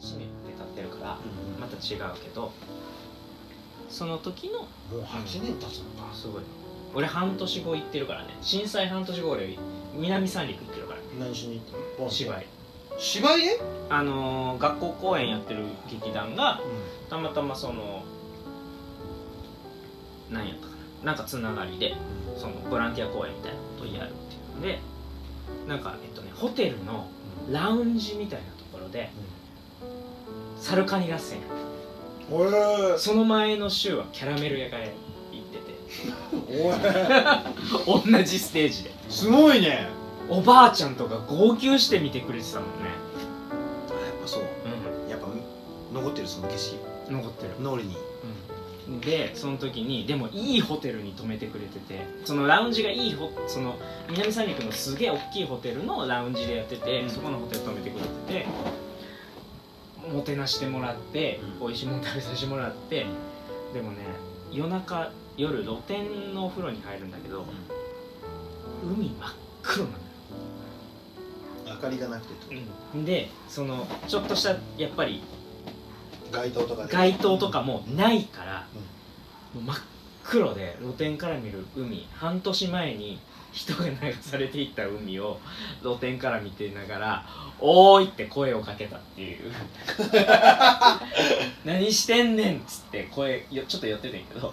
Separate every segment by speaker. Speaker 1: 締めて立ってるから
Speaker 2: うん
Speaker 1: また違うけどその時の
Speaker 2: もう8年経つのか、
Speaker 1: すごい俺半年後行ってるからね震災半年後俺南三陸行ってるか
Speaker 2: 何しに行った
Speaker 1: ら
Speaker 2: の
Speaker 1: 芝居
Speaker 2: 芝居へ、
Speaker 1: あのー学校公演やってる劇団が
Speaker 2: う
Speaker 1: たまたまその何やったかななんかつながりでそのボランティア公演みたいなことをやるっていうのでなんかえっとねホテルのラウンジみたいなところでサルカニ合戦やっ
Speaker 2: おい
Speaker 1: たその前の週はキャラメル屋が行ってて
Speaker 2: おい
Speaker 1: 同じステージです
Speaker 2: ごいねや
Speaker 1: おばあちゃんとか号泣して見てくれてたもんね
Speaker 2: っぱそうやっぱ残ってるその景色
Speaker 1: うん残ってる、
Speaker 2: 脳裏に
Speaker 1: でその時にでもいいホテルに泊めてくれててそのラウンジがいいホその南三陸のすげえ大きいホテルのラウンジでやってて、
Speaker 2: うん
Speaker 1: そこのホテル泊めてくれててもてなしてもらって、
Speaker 2: うん
Speaker 1: 美味しいもの食べさせてもらってでもね夜中夜露天のお風呂に入るんだけど海真っ黒なのよ
Speaker 2: 明かりがなくてと
Speaker 1: でそのちょっとしたやっぱり
Speaker 2: 街灯とかで
Speaker 1: 街灯とかもないから、もう真っ黒で露天から見る海半年前に人が流されていった海を露天から見てながら「おーい!」って声をかけたっていう 「何してんねん!」っつって声よちょっと寄ってたんやけど
Speaker 2: う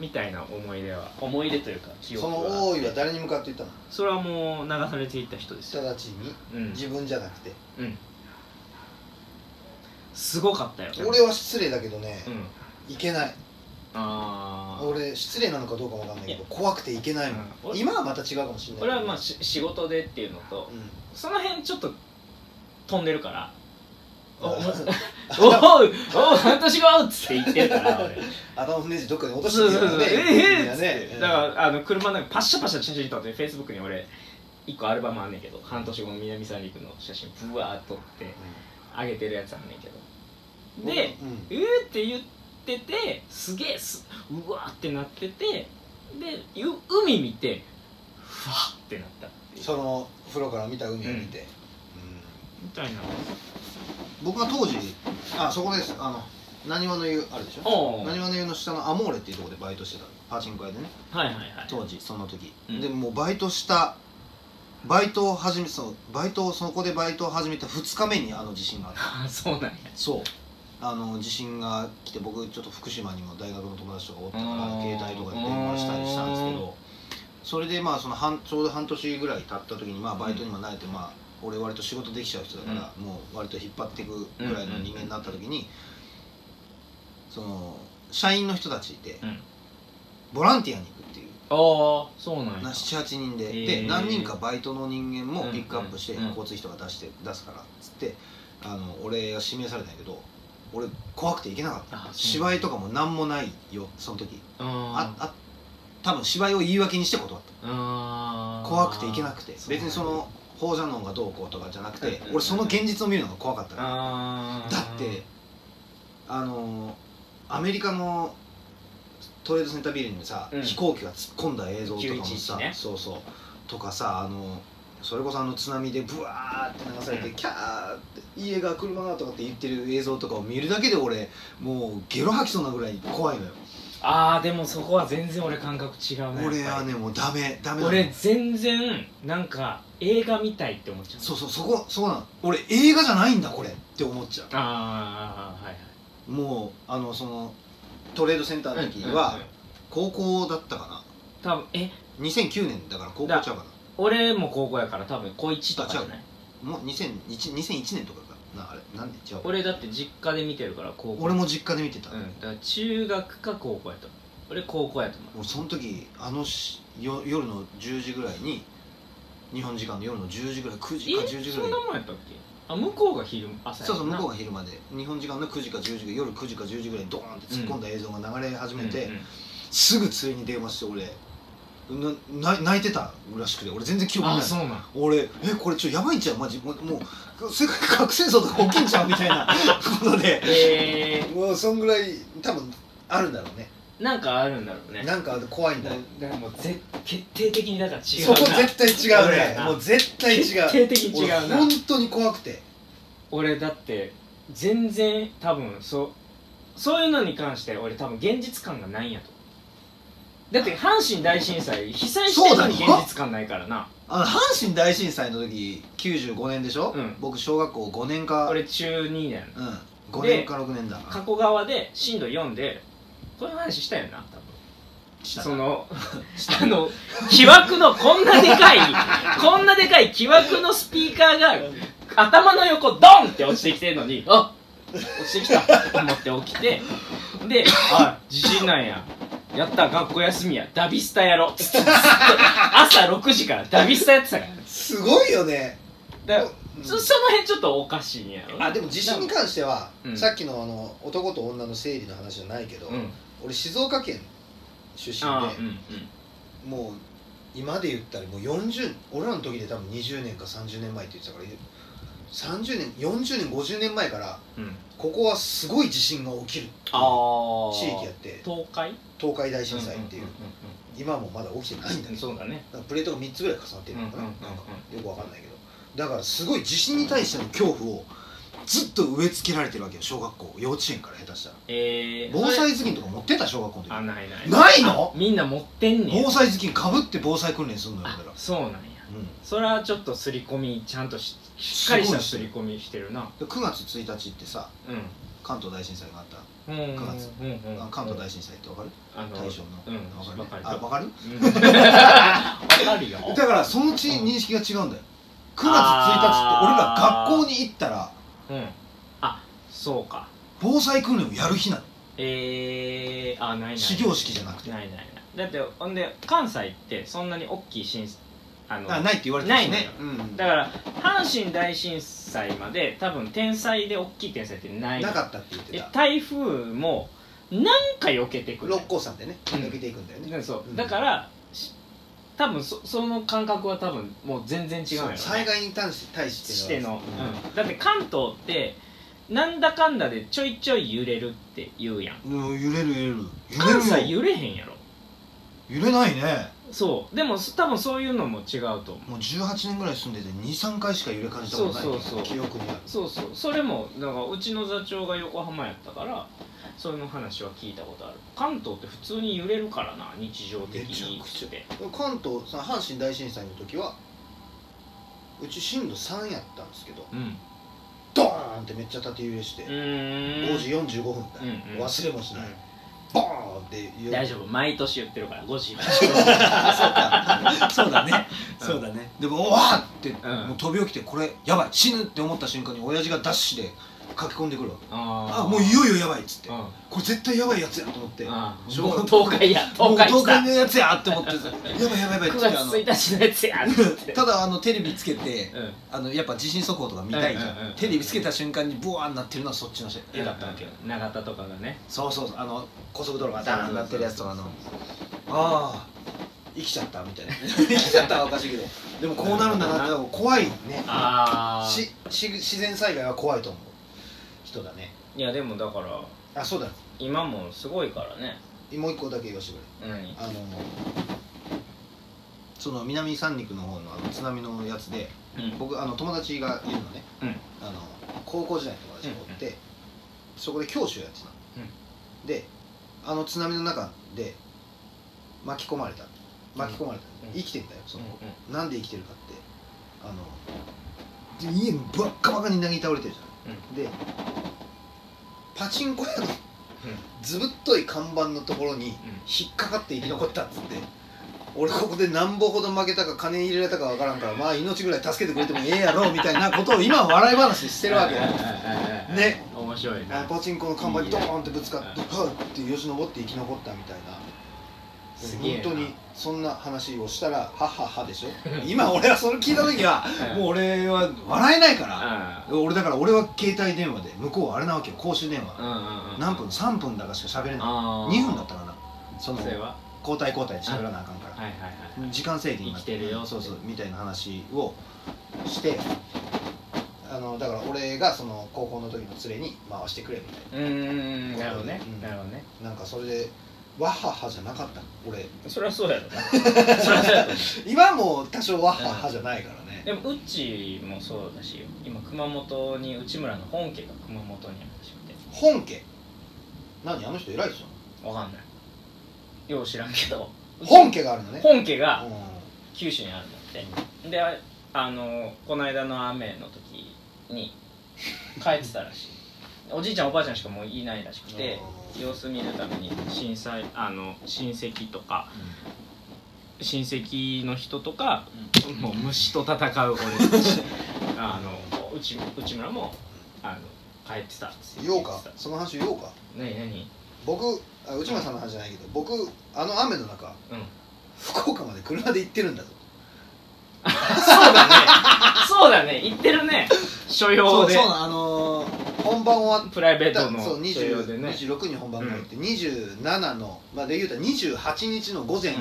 Speaker 1: みたいな思い出は思い出というか記
Speaker 2: んそ
Speaker 1: 憶
Speaker 2: の
Speaker 1: は
Speaker 2: 王位は誰に向かって言ったの
Speaker 1: それはもう流されていった人ですよ、
Speaker 2: 人たちに
Speaker 1: うん
Speaker 2: 自分じゃなくて
Speaker 1: うん、すごかったよ
Speaker 2: 俺は失礼だけどね
Speaker 1: うん
Speaker 2: いけない
Speaker 1: ああ
Speaker 2: 俺失礼なのかどうかわかんないけど怖くていけないもん
Speaker 1: うん
Speaker 2: 今はまた違うかもしれない
Speaker 1: これはまあし仕事でっていうのとその辺ちょっと飛んでるから「おおおうおう半年後!」っつって言ってるから俺
Speaker 2: 頭のネジどっかに落と
Speaker 1: そう
Speaker 2: して
Speaker 1: そうそう「ええええ!」っつって
Speaker 2: ね
Speaker 1: だからあの車の中パッシャパシャ写真撮ってフェイスブックに俺一個アルバムあんねんけど半年後の南三陸の写真ブワーっ撮ってあげてるやつあんねんけどで、
Speaker 2: うん
Speaker 1: うーって言っててすげえすうわーってなっててでゆ海見てふわーってなったっていう
Speaker 2: その風呂から見た海を見て、うん
Speaker 1: みたいな
Speaker 2: 僕が当時あそこですあの何話の湯あるでし
Speaker 1: おうお
Speaker 2: ょ
Speaker 1: う
Speaker 2: 何話の湯の下のアモーレっていうところでバイトしてたのパチンコ屋でね
Speaker 1: はいはいはい
Speaker 2: 当時その時、
Speaker 1: うん
Speaker 2: でもうバイトしたバイトを始めそうバイトをそこでバイトを始めた2日目にあの地震があった
Speaker 1: あ そうなんや
Speaker 2: そうあの地震が来て僕ちょっと福島にも大学の友達とかおったから
Speaker 1: うん
Speaker 2: 携帯とかで電話したりしたんですけどそれでまあその半ちょうど半年ぐらい経った時にまあバイトにも慣れて、まあ俺割と仕事できちゃう人だから、もう割と引っ張っていくぐらいの人間になった時に、その社員の人たちいて、
Speaker 1: うん
Speaker 2: ボランティアに行くっていう。
Speaker 1: ああそうなんや
Speaker 2: な78人で、
Speaker 1: へ
Speaker 2: で
Speaker 1: ー
Speaker 2: 何人かバイトの人間も
Speaker 1: うん
Speaker 2: ピックアップして、
Speaker 1: うんうん
Speaker 2: 交通費とか出して出すからっつってあの俺が指名されたんやけど俺怖くて行けなかった
Speaker 1: あそう
Speaker 2: 芝居とかも何もないよその時あ
Speaker 1: あ
Speaker 2: あ多分芝居を言い訳にして断った
Speaker 1: あ
Speaker 2: 怖くて行けなくて
Speaker 1: そうなん
Speaker 2: 別
Speaker 1: や
Speaker 2: にその放射能がどうこうとかじゃなくて、
Speaker 1: うんうんうん
Speaker 2: 俺その現実を見るのが怖かったから
Speaker 1: あ
Speaker 2: だってあのアメリカのトレードセンタービルにさ、
Speaker 1: うん
Speaker 2: 飛行機が突っ込んだ映像とかもさ、
Speaker 1: 911ね
Speaker 2: そうそうとかさあのそれこそあの津波でブワーって流されて、
Speaker 1: うん
Speaker 2: キャーって家が車がとかって言ってる映像とかを見るだけで俺もうゲロ吐きそうなぐらい怖いのよ、
Speaker 1: ああでもそこは全然俺感覚違うね
Speaker 2: 俺
Speaker 1: やっ
Speaker 2: は
Speaker 1: ぱり
Speaker 2: ねもうダメダメなの
Speaker 1: 俺全然なんか映画みたいって思っちゃう
Speaker 2: そうそうそこそうなの俺映画じゃないんだこれって思っちゃ
Speaker 1: ああはいはいう
Speaker 2: もうあのそのトレードセンターの時は
Speaker 1: うんうんうん
Speaker 2: 高校だったかな
Speaker 1: 多分え
Speaker 2: 2009年だから高校ちゃうか
Speaker 1: 俺も高校やから多分高1とかじゃ
Speaker 2: あ
Speaker 1: ない
Speaker 2: なもう2001 2001年とかかなあれなんで違う
Speaker 1: 俺だって実家で見てるから高校
Speaker 2: 俺も実家で見てた、
Speaker 1: うんだから中学か高校やと思う俺高校やと思
Speaker 2: 俺その時あのしよ夜の10時ぐらいに日本時間の夜の10時ぐらい9時か
Speaker 1: う
Speaker 2: 10
Speaker 1: え
Speaker 2: 時
Speaker 1: そ
Speaker 2: ぐら
Speaker 1: ん
Speaker 2: い
Speaker 1: なもんやったっけあ向こうが昼朝や
Speaker 2: そうそう向こう
Speaker 1: う
Speaker 2: が昼まで日本時間の9時か10時か夜9時か10時ぐらいにドーンって突っ込んだ映像が流れ始めて、
Speaker 1: んうん
Speaker 2: すぐ連れに電話して俺なな泣いてたらしくて俺全然記憶ない
Speaker 1: あそうなん
Speaker 2: 俺えこれちょやばいんちゃうマジもうもう世界核戦争とか起きんちゃうみたいなことで
Speaker 1: え
Speaker 2: もうそんぐらい多分あるんだろうね
Speaker 1: ー、なんかあるんだろうね
Speaker 2: なんか怖いんだよ
Speaker 1: だからもうぜ決定的にだから違う
Speaker 2: そ
Speaker 1: な
Speaker 2: こ絶対違う
Speaker 1: 俺や
Speaker 2: ね
Speaker 1: な
Speaker 2: もう絶対違
Speaker 1: 決
Speaker 2: う
Speaker 1: 定的に違う
Speaker 2: 俺本
Speaker 1: な
Speaker 2: 当に怖くて
Speaker 1: 俺だって全然多分そうそういうのに関して俺多分現実感がないんやとだって阪神大震災被災してるのに
Speaker 2: そう
Speaker 1: 現
Speaker 2: だよ
Speaker 1: 実感ないからな
Speaker 2: あの阪神大震災の時95年でしょ、
Speaker 1: うん
Speaker 2: 僕小学校5年か、
Speaker 1: 俺中2年
Speaker 2: うん、5年か6年だ
Speaker 1: 加古川で震度4でこういう話したよな多分
Speaker 2: した
Speaker 1: その
Speaker 2: した
Speaker 1: あの木枠のこんなで かいこんなでかい木枠のスピーカーが頭の横ドンって落ちてきてるのにあ落ちてきたと思って起きてで「あ地震なんややった学校休みやダビスタやろ」ずっと朝6時からダビスタやってたか
Speaker 2: すごいよね
Speaker 1: らだからそその辺ちょっとおかしいんやろ
Speaker 2: あでも地震に関しては、
Speaker 1: うん
Speaker 2: さっきのあの男と女の生理の話じゃないけど、
Speaker 1: うん
Speaker 2: 俺静岡県出身
Speaker 1: あー
Speaker 2: で
Speaker 1: うんうん
Speaker 2: もう今で言ったらもう40俺らの時で多分20年か30年前って言ってたから30年40年50年前から
Speaker 1: うん
Speaker 2: ここはすごい地震が起きる
Speaker 1: あー
Speaker 2: 地域やって
Speaker 1: 東海
Speaker 2: 東海大震災っていう,、
Speaker 1: んんん
Speaker 2: 今もまだ起きてない
Speaker 1: う
Speaker 2: んだけ
Speaker 1: ん
Speaker 2: ど
Speaker 1: そうだね
Speaker 2: なんかプレートが3つぐらい重なってるのかな,、
Speaker 1: うんうんうんうん
Speaker 2: なんかよくわかんないけどだからすごい地震に対しての恐怖をずっと植え付けられてるわけよ小学校幼稚園から下手したら
Speaker 1: えー、
Speaker 2: 防
Speaker 1: それ
Speaker 2: 災頭巾とか持ってた小学校の時
Speaker 1: あないない
Speaker 2: ないの
Speaker 1: みんな持ってんねん
Speaker 2: 防災頭巾かぶって防災訓練するのよ
Speaker 1: あ
Speaker 2: 俺ら
Speaker 1: そうなんや
Speaker 2: うん
Speaker 1: それはちょっと刷り込みちゃんとししっかりした刷り込みしてるな
Speaker 2: で9月1日ってさ
Speaker 1: う
Speaker 2: 関東大震災があった、
Speaker 1: んうん
Speaker 2: 九月
Speaker 1: うんうん
Speaker 2: あ関東大震災ってわかる
Speaker 1: あの
Speaker 2: 大正の、
Speaker 1: うん
Speaker 2: わかる
Speaker 1: わかる
Speaker 2: あわかる
Speaker 1: うん わかるよ
Speaker 2: だからそのち
Speaker 1: うん
Speaker 2: 認識が違うんだよ9月1日って俺
Speaker 1: あー
Speaker 2: ら学校に行ったら
Speaker 1: うんあそうか
Speaker 2: 防災訓練をやる日なの
Speaker 1: えー、あないない
Speaker 2: 始業式じゃなくて
Speaker 1: ないないないだってほんで関西ってそんなに大きい震あの
Speaker 2: あないって言われてたし
Speaker 1: な
Speaker 2: ね
Speaker 1: いのよ
Speaker 2: うん
Speaker 1: だから阪神大震災まで多分天災で大きい天災ってない
Speaker 2: なかったって言って
Speaker 1: え
Speaker 2: た
Speaker 1: 台風も何か避けてくる
Speaker 2: 六甲山でね
Speaker 1: うん
Speaker 2: 抜けていくんだよね
Speaker 1: ねそう、
Speaker 2: うん
Speaker 1: だからし多分そその感覚は多分もう全然違うよ、ね、
Speaker 2: そう災害に対し対
Speaker 1: し
Speaker 2: して
Speaker 1: て
Speaker 2: の
Speaker 1: の、うん、だって関東ってなんだかんだでちょいちょい揺れるって言うやん
Speaker 2: うん揺れる揺れる揺れ
Speaker 1: 関
Speaker 2: る
Speaker 1: 西
Speaker 2: よ
Speaker 1: 揺れへんやろ
Speaker 2: 揺れないね
Speaker 1: そうでもそ多分そういうのも違うと思う
Speaker 2: もう18年ぐらい住んでて23回しか揺れ感じたことないけど
Speaker 1: そうそうそう
Speaker 2: 記憶にある
Speaker 1: そうそうそれもだからうちの座長が横浜やったからその話は聞いたことある関東って普通に揺れるからな日常的に
Speaker 2: めちゃくち
Speaker 1: で
Speaker 2: 関東その阪神大震災の時はうち震度3やったんですけど
Speaker 1: うん
Speaker 2: ドーンってめっちゃ縦揺れして
Speaker 1: うーん
Speaker 2: 5時45分だよ、
Speaker 1: うんうん
Speaker 2: 忘れもしない、ボーンって揺れ
Speaker 1: 大丈夫毎年言ってるから5時
Speaker 2: あ そうだそうだね
Speaker 1: うん
Speaker 2: そうだねでもうわーって、
Speaker 1: ん
Speaker 2: もう飛び起きてこれやばい死ぬって思った瞬間に親父がダッシュで駆け込んでくるわけ
Speaker 1: あ
Speaker 2: あもういよいよやばいっつってこれ絶対やばいやつやと思って
Speaker 1: ああ
Speaker 2: 小
Speaker 1: もう
Speaker 2: 学
Speaker 1: 東海や
Speaker 2: もう
Speaker 1: 東海
Speaker 2: 東
Speaker 1: 来た
Speaker 2: 海
Speaker 1: 9
Speaker 2: のやつやって思ってさやばいやばいやばいっ つってあの
Speaker 1: 月1日のやつやっつって
Speaker 2: ただあのテ レビつけて
Speaker 1: うん
Speaker 2: あのやっぱ地震速報とか見たいじゃん,、
Speaker 1: うんうんうん
Speaker 2: テレビつけた瞬間にブワーンなってるのはそっちの絵だったわけよ、
Speaker 1: 永田とかがね
Speaker 2: そうそうそうあの高速道路がダーンなってるやつとかのああ生きちゃったみたいな 生きちゃったはおかしいけどでもこうなるんだなって多分怖いね
Speaker 1: ああ
Speaker 2: しし自然災害は怖いと思う人だね
Speaker 1: いやでもだから
Speaker 2: あそうだ
Speaker 1: 今もすごいからね
Speaker 2: もう一個だけ言わせてく
Speaker 1: 何
Speaker 2: れあのその南三陸の方のあの津波のやつで
Speaker 1: うん
Speaker 2: 僕あの友達がいるのね、
Speaker 1: うん
Speaker 2: あの高校時代の友達がおって、そこで教師をやってたの、であの津波の中で巻き込まれた巻き込まれた、
Speaker 1: うん
Speaker 2: 生きてんだよその
Speaker 1: うん
Speaker 2: 子、なんで生きてるかってあので家にばっかばかになぎ倒れてるじゃない、でパチンコ屋のずぶっとい看板のところに引っかかって生き残ったっつって俺ここで何歩ほど負けたか金入れられたかわからんからまあ命ぐらい助けてくれてもええやろみたいなことを今は笑い話にしてるわけよ
Speaker 1: はいはいはいはいはい
Speaker 2: ね
Speaker 1: 面白い
Speaker 2: あ
Speaker 1: な
Speaker 2: パチンコの看板にドーンってぶつかって
Speaker 1: い
Speaker 2: パーってよじ登って生き残ったみたいな
Speaker 1: すげえな
Speaker 2: 本当にそんな話をしたら「はっはっは」でしょ今俺はそれ聞いた 時は
Speaker 1: うん
Speaker 2: もう俺は笑えないから
Speaker 1: あ
Speaker 2: 俺だから俺は携帯電話で向こうはあれなわけよ公衆電
Speaker 1: あうん
Speaker 2: 話
Speaker 1: うんうん
Speaker 2: 何分3分だかしか喋れない
Speaker 1: ああ
Speaker 2: 2分だったかなその
Speaker 1: それ
Speaker 2: 交
Speaker 1: は
Speaker 2: 代交代で喋らなあかんから
Speaker 1: はいはいはい
Speaker 2: 時間制限があって
Speaker 1: 生きてるよって
Speaker 2: そうそうみたいな話をしてあのだから俺がその高校の時の連れに回してくれみたいう
Speaker 1: ーんなるほどね
Speaker 2: うん
Speaker 1: なるほどね
Speaker 2: ななんかそれでわははじゃなかった俺
Speaker 1: そりゃそうやろなそりゃそうやろ
Speaker 2: 今も多少わははじゃないからね、
Speaker 1: でもうちもそうだし今熊本に内村の本家が熊本にあるらしくて
Speaker 2: 本家何あの人偉いですよ
Speaker 1: わかんないよう知らんけど
Speaker 2: 本家があるのね
Speaker 1: 本家が
Speaker 2: う
Speaker 1: 九州にあるんだってでああのこの間の雨の時に帰ってたらしいおじいちゃんおばあちゃんしかもういないらしくて
Speaker 2: あー
Speaker 1: 様子見るために震災あの親戚とか親戚の人とかもう虫と戦う俺たちあの内内村もあの帰ってたっつって
Speaker 2: んよ
Speaker 1: 言
Speaker 2: う
Speaker 1: って
Speaker 2: か
Speaker 1: た
Speaker 2: その話言おうか
Speaker 1: 何何
Speaker 2: 僕あ内村さんの話じゃないけど僕あの雨の中
Speaker 1: うん
Speaker 2: 福岡まで車で行ってるんだぞ
Speaker 1: そうだねそうだね言ってるね所
Speaker 2: そ
Speaker 1: 要
Speaker 2: う
Speaker 1: で
Speaker 2: そうなんあのー本番終わっ
Speaker 1: プライベー
Speaker 2: た
Speaker 1: トの
Speaker 2: そう
Speaker 1: 所要で
Speaker 2: 20
Speaker 1: ね
Speaker 2: 26に本番が入って27のまあで言うたら28日の午前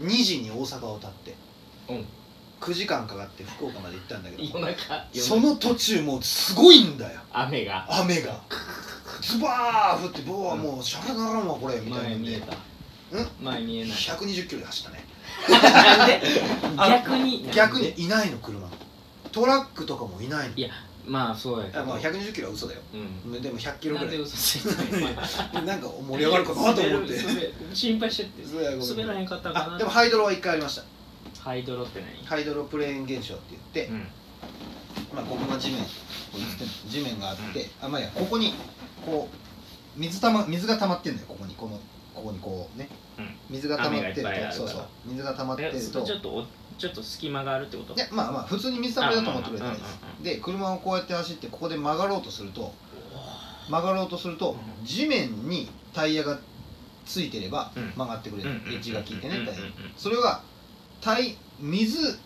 Speaker 2: 2時に大阪を立って
Speaker 1: うん
Speaker 2: 9時間かかって福岡まで行ったんだけど
Speaker 1: 夜中
Speaker 2: その途中もうすごいんだよ
Speaker 1: 雨が
Speaker 2: 雨がズバー降って僕は
Speaker 1: うん
Speaker 2: もうしゃれならんわこれみたい
Speaker 1: 前
Speaker 2: なん
Speaker 1: 見え
Speaker 2: で
Speaker 1: た前見え ない
Speaker 2: 120キロで走ったね
Speaker 1: なんで
Speaker 2: あ
Speaker 1: 逆に
Speaker 2: 逆にいないの車トラックとかもいないの
Speaker 1: いやまあそうやけ
Speaker 2: あ
Speaker 1: ど
Speaker 2: まあ120キロは嘘だよ
Speaker 1: うん
Speaker 2: でも100キロぐ
Speaker 1: な
Speaker 2: ら
Speaker 1: んで
Speaker 2: い
Speaker 1: 嘘ついたの今
Speaker 2: なんか 盛り上がるかなと思って
Speaker 1: 滑る滑る心配しちゃって
Speaker 2: そうやごめん
Speaker 1: 滑らへんかったか
Speaker 2: あ
Speaker 1: な
Speaker 2: でもハイドロは一回ありました
Speaker 1: ハイドロって何
Speaker 2: ハイドロプレーン現象って言って、
Speaker 1: うん
Speaker 2: まあ、ここが地面こう言ってんの地面があって、あまあ、いやここにこう水たま水が溜まってんだよここにこのここにこうね、
Speaker 1: うん
Speaker 2: 水が溜まってる
Speaker 1: 雨がい
Speaker 2: と
Speaker 1: っぱいあるから
Speaker 2: そうそう水が溜まってる
Speaker 1: え
Speaker 2: と
Speaker 1: そこちょっとおちょっと隙間があるってこと
Speaker 2: いやまあまあ普通に水たまりだと思ってくれたらいいで
Speaker 1: あまあまあ
Speaker 2: すで車をこうやって走ってここで曲がろうとすると曲がろうとすると
Speaker 1: う
Speaker 2: 地面にタイヤがついてれば
Speaker 1: うん
Speaker 2: 曲がってくれる、エッジが効いてねタイヤ
Speaker 1: う
Speaker 2: それはタイ水、
Speaker 1: んうん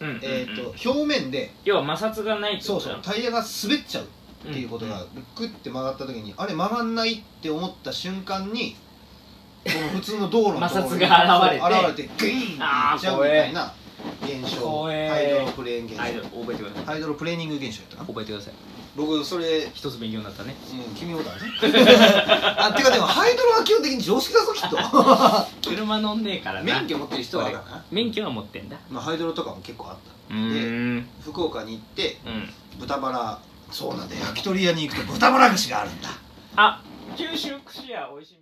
Speaker 1: うんうん
Speaker 2: えー、
Speaker 1: うんうん
Speaker 2: と
Speaker 1: うん
Speaker 2: 表面で
Speaker 1: 要は摩擦がないって
Speaker 2: そ
Speaker 1: こ
Speaker 2: う
Speaker 1: と
Speaker 2: そう
Speaker 1: だ
Speaker 2: タイヤが滑っちゃうっていうこと
Speaker 1: ん
Speaker 2: がグッて曲がった時にあれ曲がんないって思った瞬間にこの普通の道路のところに
Speaker 1: 摩擦が現れて
Speaker 2: そう現れてグイーンっていっちゃうみたいな現象
Speaker 1: 怖え
Speaker 2: ハイドロプレーン現象
Speaker 1: アイドル覚えてください
Speaker 2: ハイドロプレーニング現象やったかな
Speaker 1: 覚えてください
Speaker 2: 僕それ
Speaker 1: 一つ勉強になったね
Speaker 2: うん、君もだね あてかでもハイドロは基本的に常識だぞきっと
Speaker 1: 車飲んねえからな
Speaker 2: 免許持ってる人はあるかな、
Speaker 1: 免許は持ってんだ
Speaker 2: まあ、ハイドロとかも結構あっ
Speaker 1: うーん
Speaker 2: た福岡に行って
Speaker 1: うん
Speaker 2: 豚バラそうなんだよ焼き鳥屋に行くと豚バラ串があるんだ
Speaker 1: あ九州串屋美味しい